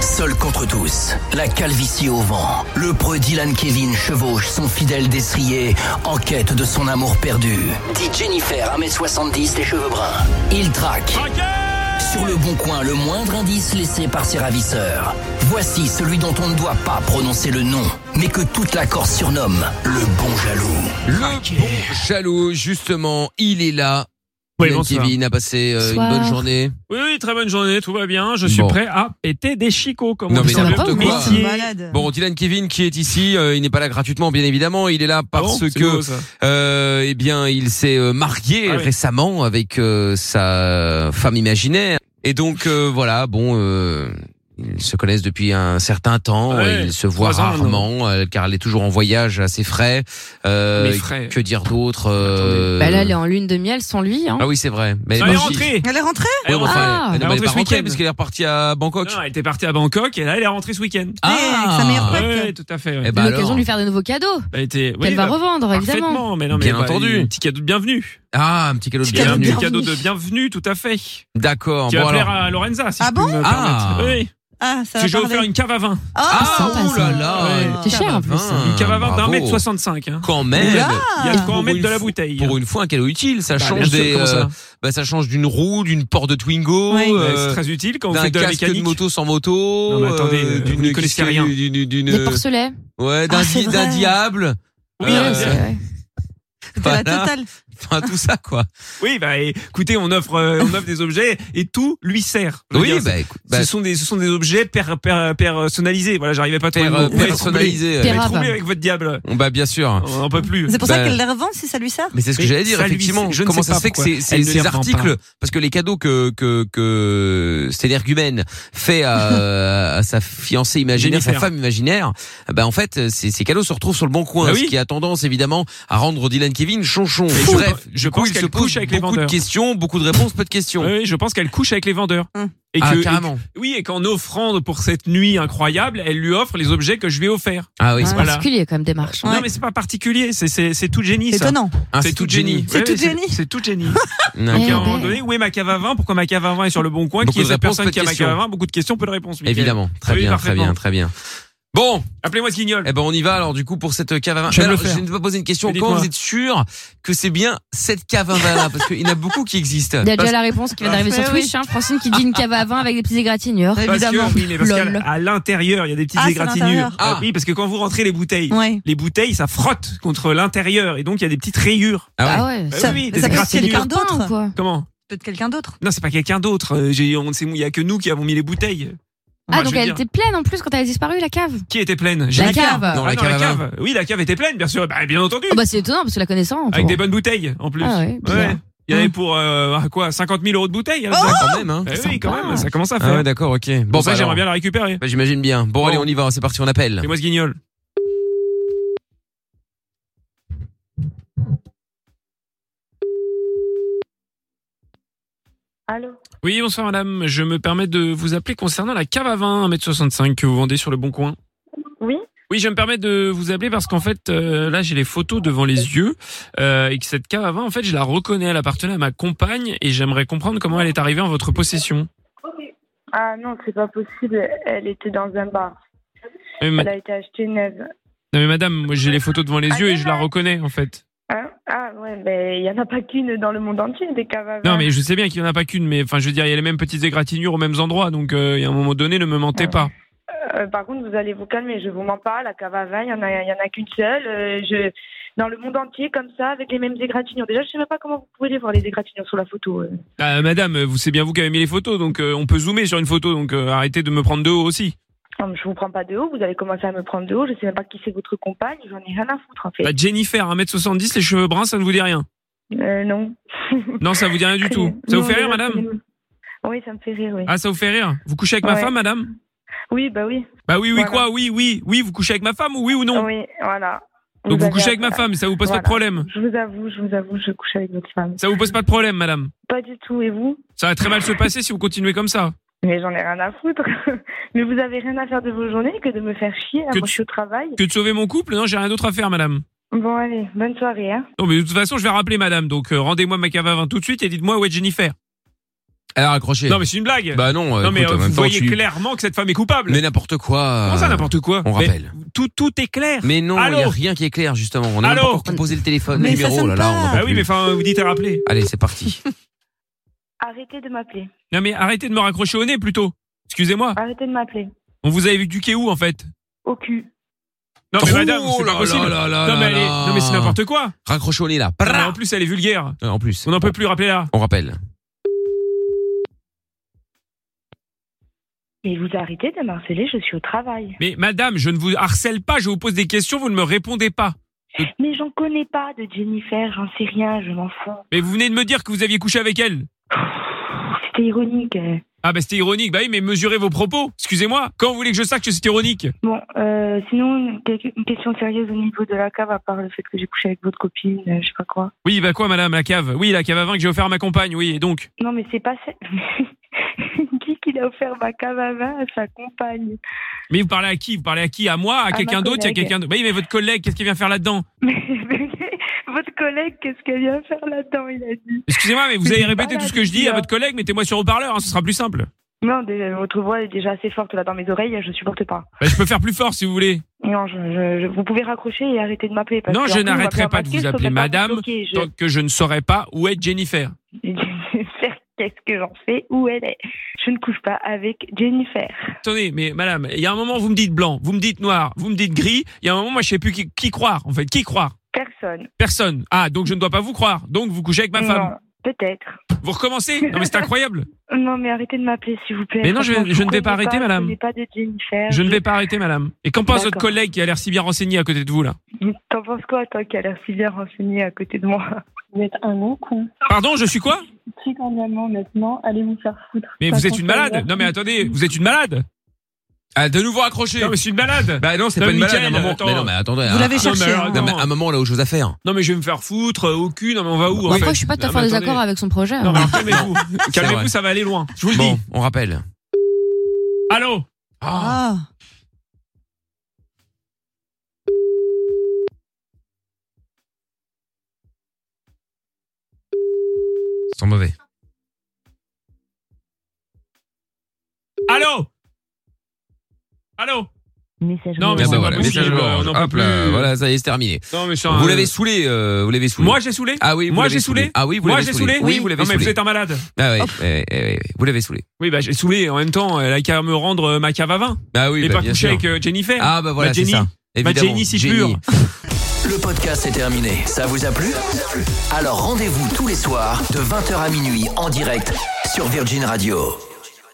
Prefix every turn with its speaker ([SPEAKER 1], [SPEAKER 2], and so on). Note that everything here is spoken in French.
[SPEAKER 1] Seul contre tous, la calvitie au vent, le preux Dylan Kevin chevauche son fidèle destrier en quête de son amour perdu. Dit Jennifer à mes 70 les cheveux bruns. Il traque. Sur le bon coin, le moindre indice laissé par ses ravisseurs. Voici celui dont on ne doit pas prononcer le nom, mais que toute la Corse surnomme le bon jaloux.
[SPEAKER 2] Le bon jaloux, justement, il est là.
[SPEAKER 3] Oui,
[SPEAKER 2] Dylan
[SPEAKER 3] bonsoir.
[SPEAKER 2] Kevin a passé euh, une
[SPEAKER 4] Bonsoir.
[SPEAKER 2] bonne journée.
[SPEAKER 3] Oui, oui, très bonne journée, tout va bien. Je suis
[SPEAKER 2] Bon.
[SPEAKER 3] prêt à péter des chicots, comme
[SPEAKER 2] Non,
[SPEAKER 3] on
[SPEAKER 2] mais
[SPEAKER 3] dit dans le
[SPEAKER 2] n'importe quoi.
[SPEAKER 3] métier.
[SPEAKER 2] Bon, Dylan Kevin qui est ici, euh, il n'est pas là gratuitement, bien évidemment. Il est là
[SPEAKER 3] Ah bon
[SPEAKER 2] parce
[SPEAKER 3] C'est
[SPEAKER 2] que,
[SPEAKER 3] nouveau, ça.
[SPEAKER 2] euh, eh bien, il s'est euh, marié
[SPEAKER 3] Ah oui.
[SPEAKER 2] récemment avec euh, sa femme imaginaire. Et donc, euh, voilà, bon, euh, ils se connaissent depuis un certain temps.
[SPEAKER 3] Ah Ouais,
[SPEAKER 2] ils se voient
[SPEAKER 3] trois ans,
[SPEAKER 2] rarement, euh, car elle est toujours en voyage à ses frais. Euh,
[SPEAKER 3] Mes frais.
[SPEAKER 2] Que dire d'autre euh,
[SPEAKER 4] Bah là, elle est en lune de miel sans lui. Hein.
[SPEAKER 2] Ah oui, c'est vrai. Mais
[SPEAKER 3] Elle est
[SPEAKER 2] bon, si-
[SPEAKER 3] rentrée
[SPEAKER 5] Elle est rentrée
[SPEAKER 3] Ah. Elle est
[SPEAKER 2] Ouais, mais
[SPEAKER 3] rentrée.
[SPEAKER 2] enfin, elle-
[SPEAKER 3] Elle est
[SPEAKER 2] elle n'est
[SPEAKER 3] rentrée
[SPEAKER 2] pas
[SPEAKER 3] ce
[SPEAKER 2] rentrée
[SPEAKER 3] week-end.
[SPEAKER 2] parce qu'elle est repartie à Bangkok. Ah.
[SPEAKER 3] Non, elle était partie à Bangkok et là, elle est rentrée ce week-end.
[SPEAKER 5] avec sa meilleure
[SPEAKER 3] Oui,
[SPEAKER 5] pote.
[SPEAKER 3] tout à fait. ouais.
[SPEAKER 2] Eh ben
[SPEAKER 4] L'occasion
[SPEAKER 2] alors.
[SPEAKER 4] de lui faire de nouveaux cadeaux.
[SPEAKER 3] Elle était. bah oui,
[SPEAKER 4] qu'elle va
[SPEAKER 3] bah,
[SPEAKER 4] revendre, évidemment.
[SPEAKER 3] Parfaitement, mais non, mais
[SPEAKER 2] Bien
[SPEAKER 3] bah,
[SPEAKER 2] entendu.
[SPEAKER 3] un Petit cadeau de bienvenue.
[SPEAKER 2] Ah, un petit cadeau de
[SPEAKER 4] Petit cadeau de
[SPEAKER 2] bienvenue.
[SPEAKER 3] Un
[SPEAKER 4] bienvenue.
[SPEAKER 3] cadeau de bienvenue, tout à fait.
[SPEAKER 2] D'accord.
[SPEAKER 3] Qui
[SPEAKER 2] Bon
[SPEAKER 3] va plaire
[SPEAKER 2] alors.
[SPEAKER 3] à Lorenza, si
[SPEAKER 5] Ah
[SPEAKER 3] je peux
[SPEAKER 5] bon
[SPEAKER 3] me
[SPEAKER 2] Ah.
[SPEAKER 3] permettre. Oui.
[SPEAKER 5] Ah, ça
[SPEAKER 3] Parce que je
[SPEAKER 5] va
[SPEAKER 3] vais vous
[SPEAKER 5] parler.
[SPEAKER 3] faire une cave à vin.
[SPEAKER 2] Ah,
[SPEAKER 4] sympa,
[SPEAKER 2] oh là
[SPEAKER 4] ça.
[SPEAKER 2] là.
[SPEAKER 4] Euh, C'est
[SPEAKER 3] bah,
[SPEAKER 4] cher en plus.
[SPEAKER 2] Ah,
[SPEAKER 3] Une cave à vin d'un
[SPEAKER 2] bravo.
[SPEAKER 3] mètre 65. hein.
[SPEAKER 2] Quand même.
[SPEAKER 5] Là.
[SPEAKER 4] Ah.
[SPEAKER 3] Il y a de quoi en
[SPEAKER 2] Pour
[SPEAKER 3] mettre
[SPEAKER 2] une
[SPEAKER 3] de la
[SPEAKER 2] fois-
[SPEAKER 3] bouteille.
[SPEAKER 2] Pour une fois, un cadeau utile. Ça
[SPEAKER 3] Bah,
[SPEAKER 2] change
[SPEAKER 3] bien sûr,
[SPEAKER 2] des.
[SPEAKER 3] comment ça
[SPEAKER 2] euh, bah, ça change d'une roue, d'une porte de Twingo.
[SPEAKER 5] Ouais.
[SPEAKER 3] Ouais,
[SPEAKER 2] euh,
[SPEAKER 3] C'est très utile quand vous
[SPEAKER 2] d'un
[SPEAKER 3] faites de la
[SPEAKER 2] casque de
[SPEAKER 3] mécanique.
[SPEAKER 2] moto sans moto,
[SPEAKER 3] Non, mais attendez,
[SPEAKER 2] euh,
[SPEAKER 3] vous n'y connaissez
[SPEAKER 2] qu'est-ce que-
[SPEAKER 3] rien.
[SPEAKER 2] d'une- d'une- euh,
[SPEAKER 4] Des porcelets.
[SPEAKER 2] ouais, d'un
[SPEAKER 5] Ah, c'est
[SPEAKER 2] di- d'un
[SPEAKER 5] vrai.
[SPEAKER 2] diable,
[SPEAKER 3] euh, Oui,
[SPEAKER 2] Euh,
[SPEAKER 3] oui,
[SPEAKER 4] Ouais, c'est vrai.
[SPEAKER 5] C'était la
[SPEAKER 2] Voilà.
[SPEAKER 5] totale.
[SPEAKER 2] enfin tout ça quoi.
[SPEAKER 3] Oui, bah écoutez, on offre, euh, on offre des objets et tout lui sert. Je veux
[SPEAKER 2] Oui,
[SPEAKER 3] dire,
[SPEAKER 2] bah, écoute, bah,
[SPEAKER 3] ce sont des, ce sont des objets per, per- personnalisés. Voilà, j'arrivais pas à trouver
[SPEAKER 2] per- euh,
[SPEAKER 3] le mot.
[SPEAKER 2] personnalisé.
[SPEAKER 4] Père
[SPEAKER 3] Vous m'avez
[SPEAKER 4] Arabe.
[SPEAKER 3] troublé avec votre diable.
[SPEAKER 2] Bah bien sûr.
[SPEAKER 3] On n'en peut plus.
[SPEAKER 5] C'est pour
[SPEAKER 2] Bah.
[SPEAKER 5] ça qu'elle les revend si ça lui sert.
[SPEAKER 2] Mais c'est ce que
[SPEAKER 3] Mais
[SPEAKER 2] j'allais dire,
[SPEAKER 3] ça, lui,
[SPEAKER 2] effectivement.
[SPEAKER 3] c'est- je ne
[SPEAKER 2] Comment
[SPEAKER 3] sais
[SPEAKER 2] ça
[SPEAKER 3] pas
[SPEAKER 2] se fait que
[SPEAKER 3] pourquoi
[SPEAKER 2] ces,
[SPEAKER 3] elle ne
[SPEAKER 2] ces, ces
[SPEAKER 3] les revend
[SPEAKER 2] articles, parce que les cadeaux que que que Sténergumène fait à, à sa fiancée imaginaire, sa
[SPEAKER 3] Jennifer.
[SPEAKER 2] femme imaginaire, ben en fait, ces, ces cadeaux se retrouvent sur le bon coin,
[SPEAKER 3] Bah oui.
[SPEAKER 2] ce qui a tendance évidemment à rendre Dylan Kevin chonchon.
[SPEAKER 3] Et je pense-
[SPEAKER 2] Bref,
[SPEAKER 3] je
[SPEAKER 2] du coup,
[SPEAKER 3] pense
[SPEAKER 2] il
[SPEAKER 3] qu'elle
[SPEAKER 2] se pose
[SPEAKER 3] couche avec les
[SPEAKER 2] beaucoup de
[SPEAKER 3] vendeurs.
[SPEAKER 2] questions, beaucoup de réponses, peu de questions.
[SPEAKER 3] Oui, oui, je pense qu'elle couche avec les vendeurs.
[SPEAKER 5] Hum.
[SPEAKER 3] Et
[SPEAKER 2] ah
[SPEAKER 3] que-
[SPEAKER 2] carrément.
[SPEAKER 3] et- oui, et qu'en offrande pour cette nuit incroyable, elle lui offre les objets que je lui ai offerts.
[SPEAKER 2] Ah oui,
[SPEAKER 4] C'est
[SPEAKER 2] c'est
[SPEAKER 3] Voilà.
[SPEAKER 4] particulier quand même des marches.
[SPEAKER 3] Non, mais c'est pas particulier, c'est- c'est c'est tout génie, ça.
[SPEAKER 5] Étonnant.
[SPEAKER 2] ah,
[SPEAKER 3] C'est tout génie.
[SPEAKER 5] C'est
[SPEAKER 3] Ouais,
[SPEAKER 5] tout
[SPEAKER 3] ouais,
[SPEAKER 5] génie.
[SPEAKER 3] C'est tout génie.
[SPEAKER 2] Non.
[SPEAKER 3] Donc,
[SPEAKER 4] Eh
[SPEAKER 3] à un moment
[SPEAKER 4] ben.
[SPEAKER 3] donné, où est ma cave à vin Pourquoi ma cave à vin est sur le bon coin
[SPEAKER 2] Beaucoup
[SPEAKER 3] Qui est
[SPEAKER 2] de
[SPEAKER 3] cette
[SPEAKER 2] réponses,
[SPEAKER 3] personne
[SPEAKER 2] peu de
[SPEAKER 3] qui a ma
[SPEAKER 2] questions.
[SPEAKER 3] cave à vin Beaucoup de questions, peu de réponses. Mickaël.
[SPEAKER 2] Évidemment, très
[SPEAKER 3] Ah Oui,
[SPEAKER 2] bien, très bien,
[SPEAKER 3] parfaitement.
[SPEAKER 2] très bien. Bon,
[SPEAKER 3] Appelez-moi ce guignol.
[SPEAKER 4] Euh,
[SPEAKER 2] Eh ben on y va alors du coup pour cette cave à vin.
[SPEAKER 3] Je vais le
[SPEAKER 2] Alors,
[SPEAKER 3] faire.
[SPEAKER 2] je ne vais pas poser une question.
[SPEAKER 3] Mais
[SPEAKER 2] Quand
[SPEAKER 3] dites-moi.
[SPEAKER 2] vous êtes sûr que c'est bien cette cave à vin là Parce qu'il y en a beaucoup qui existent.
[SPEAKER 4] Il y a
[SPEAKER 3] Parce-
[SPEAKER 4] déjà la réponse qui vient d'arriver sur
[SPEAKER 3] Eh
[SPEAKER 5] Ouais, oui.
[SPEAKER 4] Twitch. Hein. Francine qui dit une cave à vin avec des petits égratignures.
[SPEAKER 3] Parce que-
[SPEAKER 5] Évidemment.
[SPEAKER 3] oui, mais parce qu'à
[SPEAKER 4] Lol.
[SPEAKER 3] à l'intérieur, il y a des petites
[SPEAKER 5] Ah, c'est
[SPEAKER 3] égratignures.
[SPEAKER 5] l'intérieur.
[SPEAKER 2] Ah.
[SPEAKER 3] Oui, parce que quand vous rentrez les bouteilles,
[SPEAKER 5] Ouais.
[SPEAKER 3] les bouteilles, ça frotte contre l'intérieurs et donc il y a des petites rayures.
[SPEAKER 4] Ah ouais.
[SPEAKER 3] Bah
[SPEAKER 4] Ça,
[SPEAKER 3] oui,
[SPEAKER 5] ça peut être
[SPEAKER 4] c'est
[SPEAKER 3] égratignures.
[SPEAKER 4] des
[SPEAKER 5] quelqu'un
[SPEAKER 4] cartons ou
[SPEAKER 5] d'autre.
[SPEAKER 4] quoi
[SPEAKER 3] Comment
[SPEAKER 5] Peut-être quelqu'un d'autre.
[SPEAKER 3] Non, c'est pas quelqu'un d'autre. Euh, j'ai- On ne sait où il y a que nous qui avons mis les bouteilles.
[SPEAKER 4] Ah,
[SPEAKER 3] Moi,
[SPEAKER 4] donc
[SPEAKER 3] je veux
[SPEAKER 4] elle
[SPEAKER 3] dire,
[SPEAKER 4] était pleine en plus quand elle a disparu, la cave.
[SPEAKER 3] qui était pleine J'ai
[SPEAKER 4] La
[SPEAKER 3] dit-
[SPEAKER 4] cave.
[SPEAKER 3] Ah,
[SPEAKER 2] Non,
[SPEAKER 3] non,
[SPEAKER 2] la cave
[SPEAKER 3] la
[SPEAKER 2] à vin.
[SPEAKER 3] cave. Oui, la cave était pleine, bien sûr. Bah, bien entendu.
[SPEAKER 4] Oh, bah, c'est étonnant parce que la connaissant. on
[SPEAKER 3] Avec des
[SPEAKER 4] pourra-
[SPEAKER 3] bonnes bouteilles en plus.
[SPEAKER 4] Ah ouais, bizarre. Oh
[SPEAKER 3] Il y en avait
[SPEAKER 4] Hum.
[SPEAKER 3] pour euh, à quoi 50 000 euros de bouteilles. alors,
[SPEAKER 2] Ah,
[SPEAKER 3] ça-
[SPEAKER 2] quand même hein.
[SPEAKER 3] Eh oui,
[SPEAKER 4] sympa.
[SPEAKER 3] quand même. Ça commence à
[SPEAKER 2] Ah
[SPEAKER 3] faire.
[SPEAKER 2] ouais d'accord ok. Bon
[SPEAKER 3] Bon, ça,
[SPEAKER 2] bah, alors.
[SPEAKER 3] j'aimerais bien la récupérer.
[SPEAKER 2] Bah, j'imagine bien. Bon,
[SPEAKER 3] Bon.
[SPEAKER 2] allez on y va, c'est parti on appelle.
[SPEAKER 3] Fais-moi ce guignol.
[SPEAKER 6] Allô
[SPEAKER 3] Oui, bonsoir madame. Je me permets de vous appeler concernant la cave à vin 1m65 que vous vendez sur le Bon Coin.
[SPEAKER 6] Oui
[SPEAKER 3] Oui, je me permets de vous appeler parce qu'en fait, euh, là, j'ai les photos devant les yeux euh, et que cette cave à vin, en fait, je la reconnais. Elle appartenait à ma compagne et j'aimerais comprendre comment elle est arrivée en votre possession.
[SPEAKER 6] Ah non, c'est pas possible. Elle était dans un bar.
[SPEAKER 3] Euh, ma-
[SPEAKER 6] Elle a été achetée neuve.
[SPEAKER 3] Non mais madame, moi, j'ai les photos devant les yeux et je la reconnais en fait.
[SPEAKER 6] Hein ah ouais, mais il n'y en a pas qu'une dans le monde entier, des caves à vin.
[SPEAKER 3] Non mais je sais bien qu'il n'y en a pas qu'une, mais enfin je veux dire, il y a les mêmes petites égratignures aux mêmes endroits, donc euh, il y a un moment donné, ne me
[SPEAKER 6] Ah
[SPEAKER 3] mentez pas.
[SPEAKER 6] Euh, par contre, vous allez vous calmer, je vous mens pas. La cave à vin, il n'y en a, il y en a qu'une seule. Euh, je... Dans le monde entier, comme ça, avec les mêmes égratignures. Déjà, je sais même pas comment vous pouvez les voir, les égratignures sur la photo. euh.
[SPEAKER 3] Ah, madame, vous c'est bien vous qui avez mis les photos, donc euh, on peut zoomer sur une photo, donc euh, arrêtez de me prendre de haut aussi.
[SPEAKER 6] Non, mais je vous prends pas de haut, vous allez commencer à me prendre de haut. Je sais même pas qui c'est votre compagne, j'en ai rien à foutre en fait.
[SPEAKER 3] Bah, Jennifer, 1m70, les cheveux bruns, ça ne vous dit rien.
[SPEAKER 6] Euh, non.
[SPEAKER 3] Non, ça vous dit rien du tout. Ça vous fait rire, madame
[SPEAKER 6] Oui, ça me fait rire, oui.
[SPEAKER 3] Ah, ça vous fait rire Vous couchez avec ma
[SPEAKER 6] Ouais.
[SPEAKER 3] femme, madame
[SPEAKER 6] Oui, bah oui.
[SPEAKER 3] Bah oui, oui,
[SPEAKER 6] Voilà.
[SPEAKER 3] quoi Oui, oui, oui, vous couchez avec ma femme ou oui ou non
[SPEAKER 6] Oui, voilà.
[SPEAKER 3] Donc vous
[SPEAKER 6] avez
[SPEAKER 3] couchez avec ma
[SPEAKER 6] affaire.
[SPEAKER 3] femme, ça vous pose pas de
[SPEAKER 6] Voilà.
[SPEAKER 3] problème
[SPEAKER 6] Je vous avoue, je vous avoue, je couche avec votre femme.
[SPEAKER 3] Ça vous pose pas de problème, madame
[SPEAKER 6] Pas du tout, et vous
[SPEAKER 3] Ça va très mal se passer si vous continuez comme ça.
[SPEAKER 6] Mais j'en ai rien à foutre. Mais vous avez rien à faire de vos journées que de me faire chier. hein.
[SPEAKER 3] Que tu-
[SPEAKER 6] Moi, je suis au travail.
[SPEAKER 3] Que de sauver mon couple Non, j'ai rien d'autre à faire, madame.
[SPEAKER 6] Bon, allez, bonne soirée. Hein.
[SPEAKER 3] Non, mais de toute façon, je vais rappeler madame. Donc, euh, rendez-moi ma cave à vin tout de suite et dites-moi où est Jennifer.
[SPEAKER 2] Elle a raccroché.
[SPEAKER 3] Non, mais c'est une blague.
[SPEAKER 2] Eh, Bah non,
[SPEAKER 3] non, mais
[SPEAKER 2] écoute,
[SPEAKER 3] euh,
[SPEAKER 2] en
[SPEAKER 3] vous
[SPEAKER 2] même temps,
[SPEAKER 3] voyez
[SPEAKER 2] tu-
[SPEAKER 3] clairement que cette femme est coupable.
[SPEAKER 2] Mais n'importe quoi. euh,
[SPEAKER 3] Comment ça, n'importe quoi
[SPEAKER 2] On
[SPEAKER 3] Mais
[SPEAKER 2] rappelle.
[SPEAKER 3] tout, tout est clair.
[SPEAKER 2] Mais non, il
[SPEAKER 3] Allô
[SPEAKER 2] n'y a rien qui est clair, justement. On a même
[SPEAKER 3] Allô
[SPEAKER 2] pas encore composé le téléphone, le
[SPEAKER 5] Mais ça
[SPEAKER 2] numéro, Oh
[SPEAKER 5] sonne
[SPEAKER 2] là, là, on
[SPEAKER 5] pas.
[SPEAKER 2] n'en peut
[SPEAKER 3] Ah oui,
[SPEAKER 2] plus.
[SPEAKER 3] mais enfin, vous dites à rappeler.
[SPEAKER 2] Allez, c'est parti.
[SPEAKER 6] Arrêtez de m'appeler.
[SPEAKER 3] Non, mais arrêtez de me raccrocher au nez plutôt. Excusez-moi.
[SPEAKER 6] Arrêtez de m'appeler.
[SPEAKER 3] On vous a éduqué où en fait
[SPEAKER 6] Au cul.
[SPEAKER 3] Non,
[SPEAKER 2] Oh
[SPEAKER 3] mais madame, c'est pas possible. non, mais elle est- non, mais c'est n'importe quoi.
[SPEAKER 2] Raccroche au nez, là.
[SPEAKER 3] Non, mais
[SPEAKER 2] Prrra.
[SPEAKER 3] en plus, elle est vulgaire.
[SPEAKER 2] Non, En plus.
[SPEAKER 3] On n'en peut plus rappeler là.
[SPEAKER 2] On rappelle.
[SPEAKER 6] Mais vous arrêtez de m'harceler, je suis au travail.
[SPEAKER 3] Mais madame, je ne vous harcèle pas, je vous pose des questions, vous ne me répondez pas.
[SPEAKER 6] Mais j'en connais pas de Jennifer, j'en sais rien, je m'en fous.
[SPEAKER 3] Mais vous venez de me dire que vous aviez couché avec elle.
[SPEAKER 6] C'était ironique. euh.
[SPEAKER 3] Ah bah c'était ironique, bah oui, mais mesurez vos propos. Excusez-moi, quand vous voulez que je sache que c'est ironique
[SPEAKER 6] Bon, euh, sinon, une, une question sérieuse au niveau de la cave, à part le fait que j'ai couché avec votre copine, euh, je sais pas quoi.
[SPEAKER 3] Oui, bah quoi madame, la cave Oui, la cave à vin que j'ai offert à ma compagne, oui, et donc
[SPEAKER 6] Non, mais c'est pas ça. Qui qu'il a offert ma cave à vin à sa compagne
[SPEAKER 3] Mais vous parlez à qui Vous parlez à qui À moi À
[SPEAKER 6] ma
[SPEAKER 3] quelqu'un d'autre Il y a
[SPEAKER 6] collègue.
[SPEAKER 3] quelqu'un d'autre Bah oui, mais votre collègue, qu'est-ce qu'il vient faire là-dedans
[SPEAKER 6] Mais votre collègue, qu'est-ce qu'elle vient faire là-dedans Il a dit.
[SPEAKER 3] Excusez-moi, mais vous
[SPEAKER 6] Mais
[SPEAKER 3] allez
[SPEAKER 6] c'est
[SPEAKER 3] répéter
[SPEAKER 6] pas
[SPEAKER 3] tout
[SPEAKER 6] la
[SPEAKER 3] ce que je dis à
[SPEAKER 6] vie, hein.
[SPEAKER 3] votre collègue, mettez-moi sur haut-parleur, hein, ce sera plus simple.
[SPEAKER 6] Non, déjà, votre voix est déjà assez forte là dans mes oreilles, je supporte pas.
[SPEAKER 3] Bah, je peux faire plus fort si vous voulez.
[SPEAKER 6] Non, je, je- je- vous pouvez raccrocher et arrêter de m'appeler. parce
[SPEAKER 3] Non,
[SPEAKER 6] que,
[SPEAKER 3] je
[SPEAKER 6] en plus, on va
[SPEAKER 3] n'arrêterai
[SPEAKER 6] faire
[SPEAKER 3] pas de vous
[SPEAKER 6] marquer,
[SPEAKER 3] appeler
[SPEAKER 6] je peux pas
[SPEAKER 3] madame,
[SPEAKER 6] vous bloquer, Je...
[SPEAKER 3] Tant que je ne saurais pas où est Jennifer.
[SPEAKER 6] Jennifer, qu'est-ce que j'en fais Où elle est Je ne couche pas avec Jennifer.
[SPEAKER 3] Attendez, mais madame, il y a un moment vous me dites blanc, vous me dites noir, vous me dites gris, il y a un moment moi je sais plus qui, qui croire en fait, qui croire
[SPEAKER 6] Personne.
[SPEAKER 3] Personne. Ah, donc je ne dois pas vous croire. Donc vous couchez avec ma femme.
[SPEAKER 6] Non, peut-être.
[SPEAKER 3] Vous recommencez Non mais c'est incroyable.
[SPEAKER 6] Non, mais arrêtez de m'appeler, s'il vous plaît.
[SPEAKER 3] Mais non, je vais-
[SPEAKER 6] Franchement,
[SPEAKER 3] je ne vais
[SPEAKER 6] connais
[SPEAKER 3] pas arrêter, madame.
[SPEAKER 6] Je ne pas de Jennifer.
[SPEAKER 3] Je ne vais pas arrêter madame. Et qu'en pense votre
[SPEAKER 6] D'accord.
[SPEAKER 3] collègue qui a l'air si bien renseigné à côté de vous là
[SPEAKER 6] T'en penses quoi, toi, qui a l'air si bien renseigné à côté de moi Vous êtes un long con.
[SPEAKER 3] Pardon, je suis quoi
[SPEAKER 6] Très cordialement, maintenant, allez vous faire foutre.
[SPEAKER 3] Mais vous êtes une malade. Non mais attendez, vous êtes une malade.
[SPEAKER 2] Ah, de nouveau raccroché.
[SPEAKER 3] Non mais je suis une malade.
[SPEAKER 2] Bah non, c'est
[SPEAKER 3] Non,
[SPEAKER 2] pas une
[SPEAKER 3] Mickaël,
[SPEAKER 2] malade à un moment.
[SPEAKER 3] attends.
[SPEAKER 2] Mais non, mais attendez.
[SPEAKER 5] Vous
[SPEAKER 2] hein.
[SPEAKER 5] l'avez
[SPEAKER 3] Ah, non, mais
[SPEAKER 5] cherché.
[SPEAKER 3] alors,
[SPEAKER 5] hein.
[SPEAKER 2] Non, mais à un moment, là, autre chose à faire.
[SPEAKER 3] Non mais je vais me faire foutre euh, au cul. Non mais on va où en
[SPEAKER 4] Après,
[SPEAKER 3] fait
[SPEAKER 4] je suis pas tout à
[SPEAKER 3] Non,
[SPEAKER 4] fait en
[SPEAKER 3] mais
[SPEAKER 4] désaccord
[SPEAKER 3] attendez.
[SPEAKER 4] avec son projet.
[SPEAKER 3] Non
[SPEAKER 4] hein.
[SPEAKER 3] mais alors, calmez-vous.
[SPEAKER 2] vrai.
[SPEAKER 3] calmez-vous, ça va aller loin. Je vous le
[SPEAKER 2] Bon,
[SPEAKER 3] dis.
[SPEAKER 2] on rappelle.
[SPEAKER 3] Allô
[SPEAKER 2] Ah.
[SPEAKER 5] Ah.
[SPEAKER 2] Sans mauvais. Ah
[SPEAKER 3] Allô Allô
[SPEAKER 6] Message
[SPEAKER 3] Non, mais
[SPEAKER 2] Ah
[SPEAKER 3] c'est
[SPEAKER 2] bah
[SPEAKER 3] pas
[SPEAKER 2] voilà,
[SPEAKER 3] possible,
[SPEAKER 2] message
[SPEAKER 3] on
[SPEAKER 2] orange.
[SPEAKER 3] n'en peut
[SPEAKER 2] Hop là,
[SPEAKER 3] plus.
[SPEAKER 2] voilà, ça y est, c'est terminé.
[SPEAKER 3] Non mais je suis un-
[SPEAKER 2] Vous l'avez saoulé, euh, vous l'avez saoulé.
[SPEAKER 3] Moi j'ai saoulé
[SPEAKER 2] ah oui, vous
[SPEAKER 3] Moi,
[SPEAKER 2] l'avez
[SPEAKER 3] j'ai saoulé
[SPEAKER 2] Ah oui, vous
[SPEAKER 3] Moi
[SPEAKER 2] l'avez
[SPEAKER 3] j'ai saoulé
[SPEAKER 2] Oui, vous l'avez
[SPEAKER 3] Non mais vous
[SPEAKER 2] saoulé.
[SPEAKER 3] êtes un malade.
[SPEAKER 2] Ah ouais, eh, eh, eh, vous l'avez saoulé.
[SPEAKER 3] Oui, bah j'ai saoulé. En même temps, elle a qu'à me rendre euh, ma cave à vin
[SPEAKER 2] Ah oui,
[SPEAKER 3] et
[SPEAKER 2] bah,
[SPEAKER 3] pas
[SPEAKER 2] bien
[SPEAKER 3] coucher
[SPEAKER 2] sûr.
[SPEAKER 3] avec euh, Jennifer.
[SPEAKER 2] Ah bah voilà,
[SPEAKER 3] Ma
[SPEAKER 2] c'est
[SPEAKER 3] Jenny.
[SPEAKER 2] ça.
[SPEAKER 3] Ma
[SPEAKER 2] Évidemment.
[SPEAKER 3] Jenny si
[SPEAKER 2] Jenny.
[SPEAKER 3] pure.
[SPEAKER 1] Le podcast est terminé. Ça vous a plu Alors rendez-vous tous les soirs de 20h à minuit en direct sur Virgin Radio.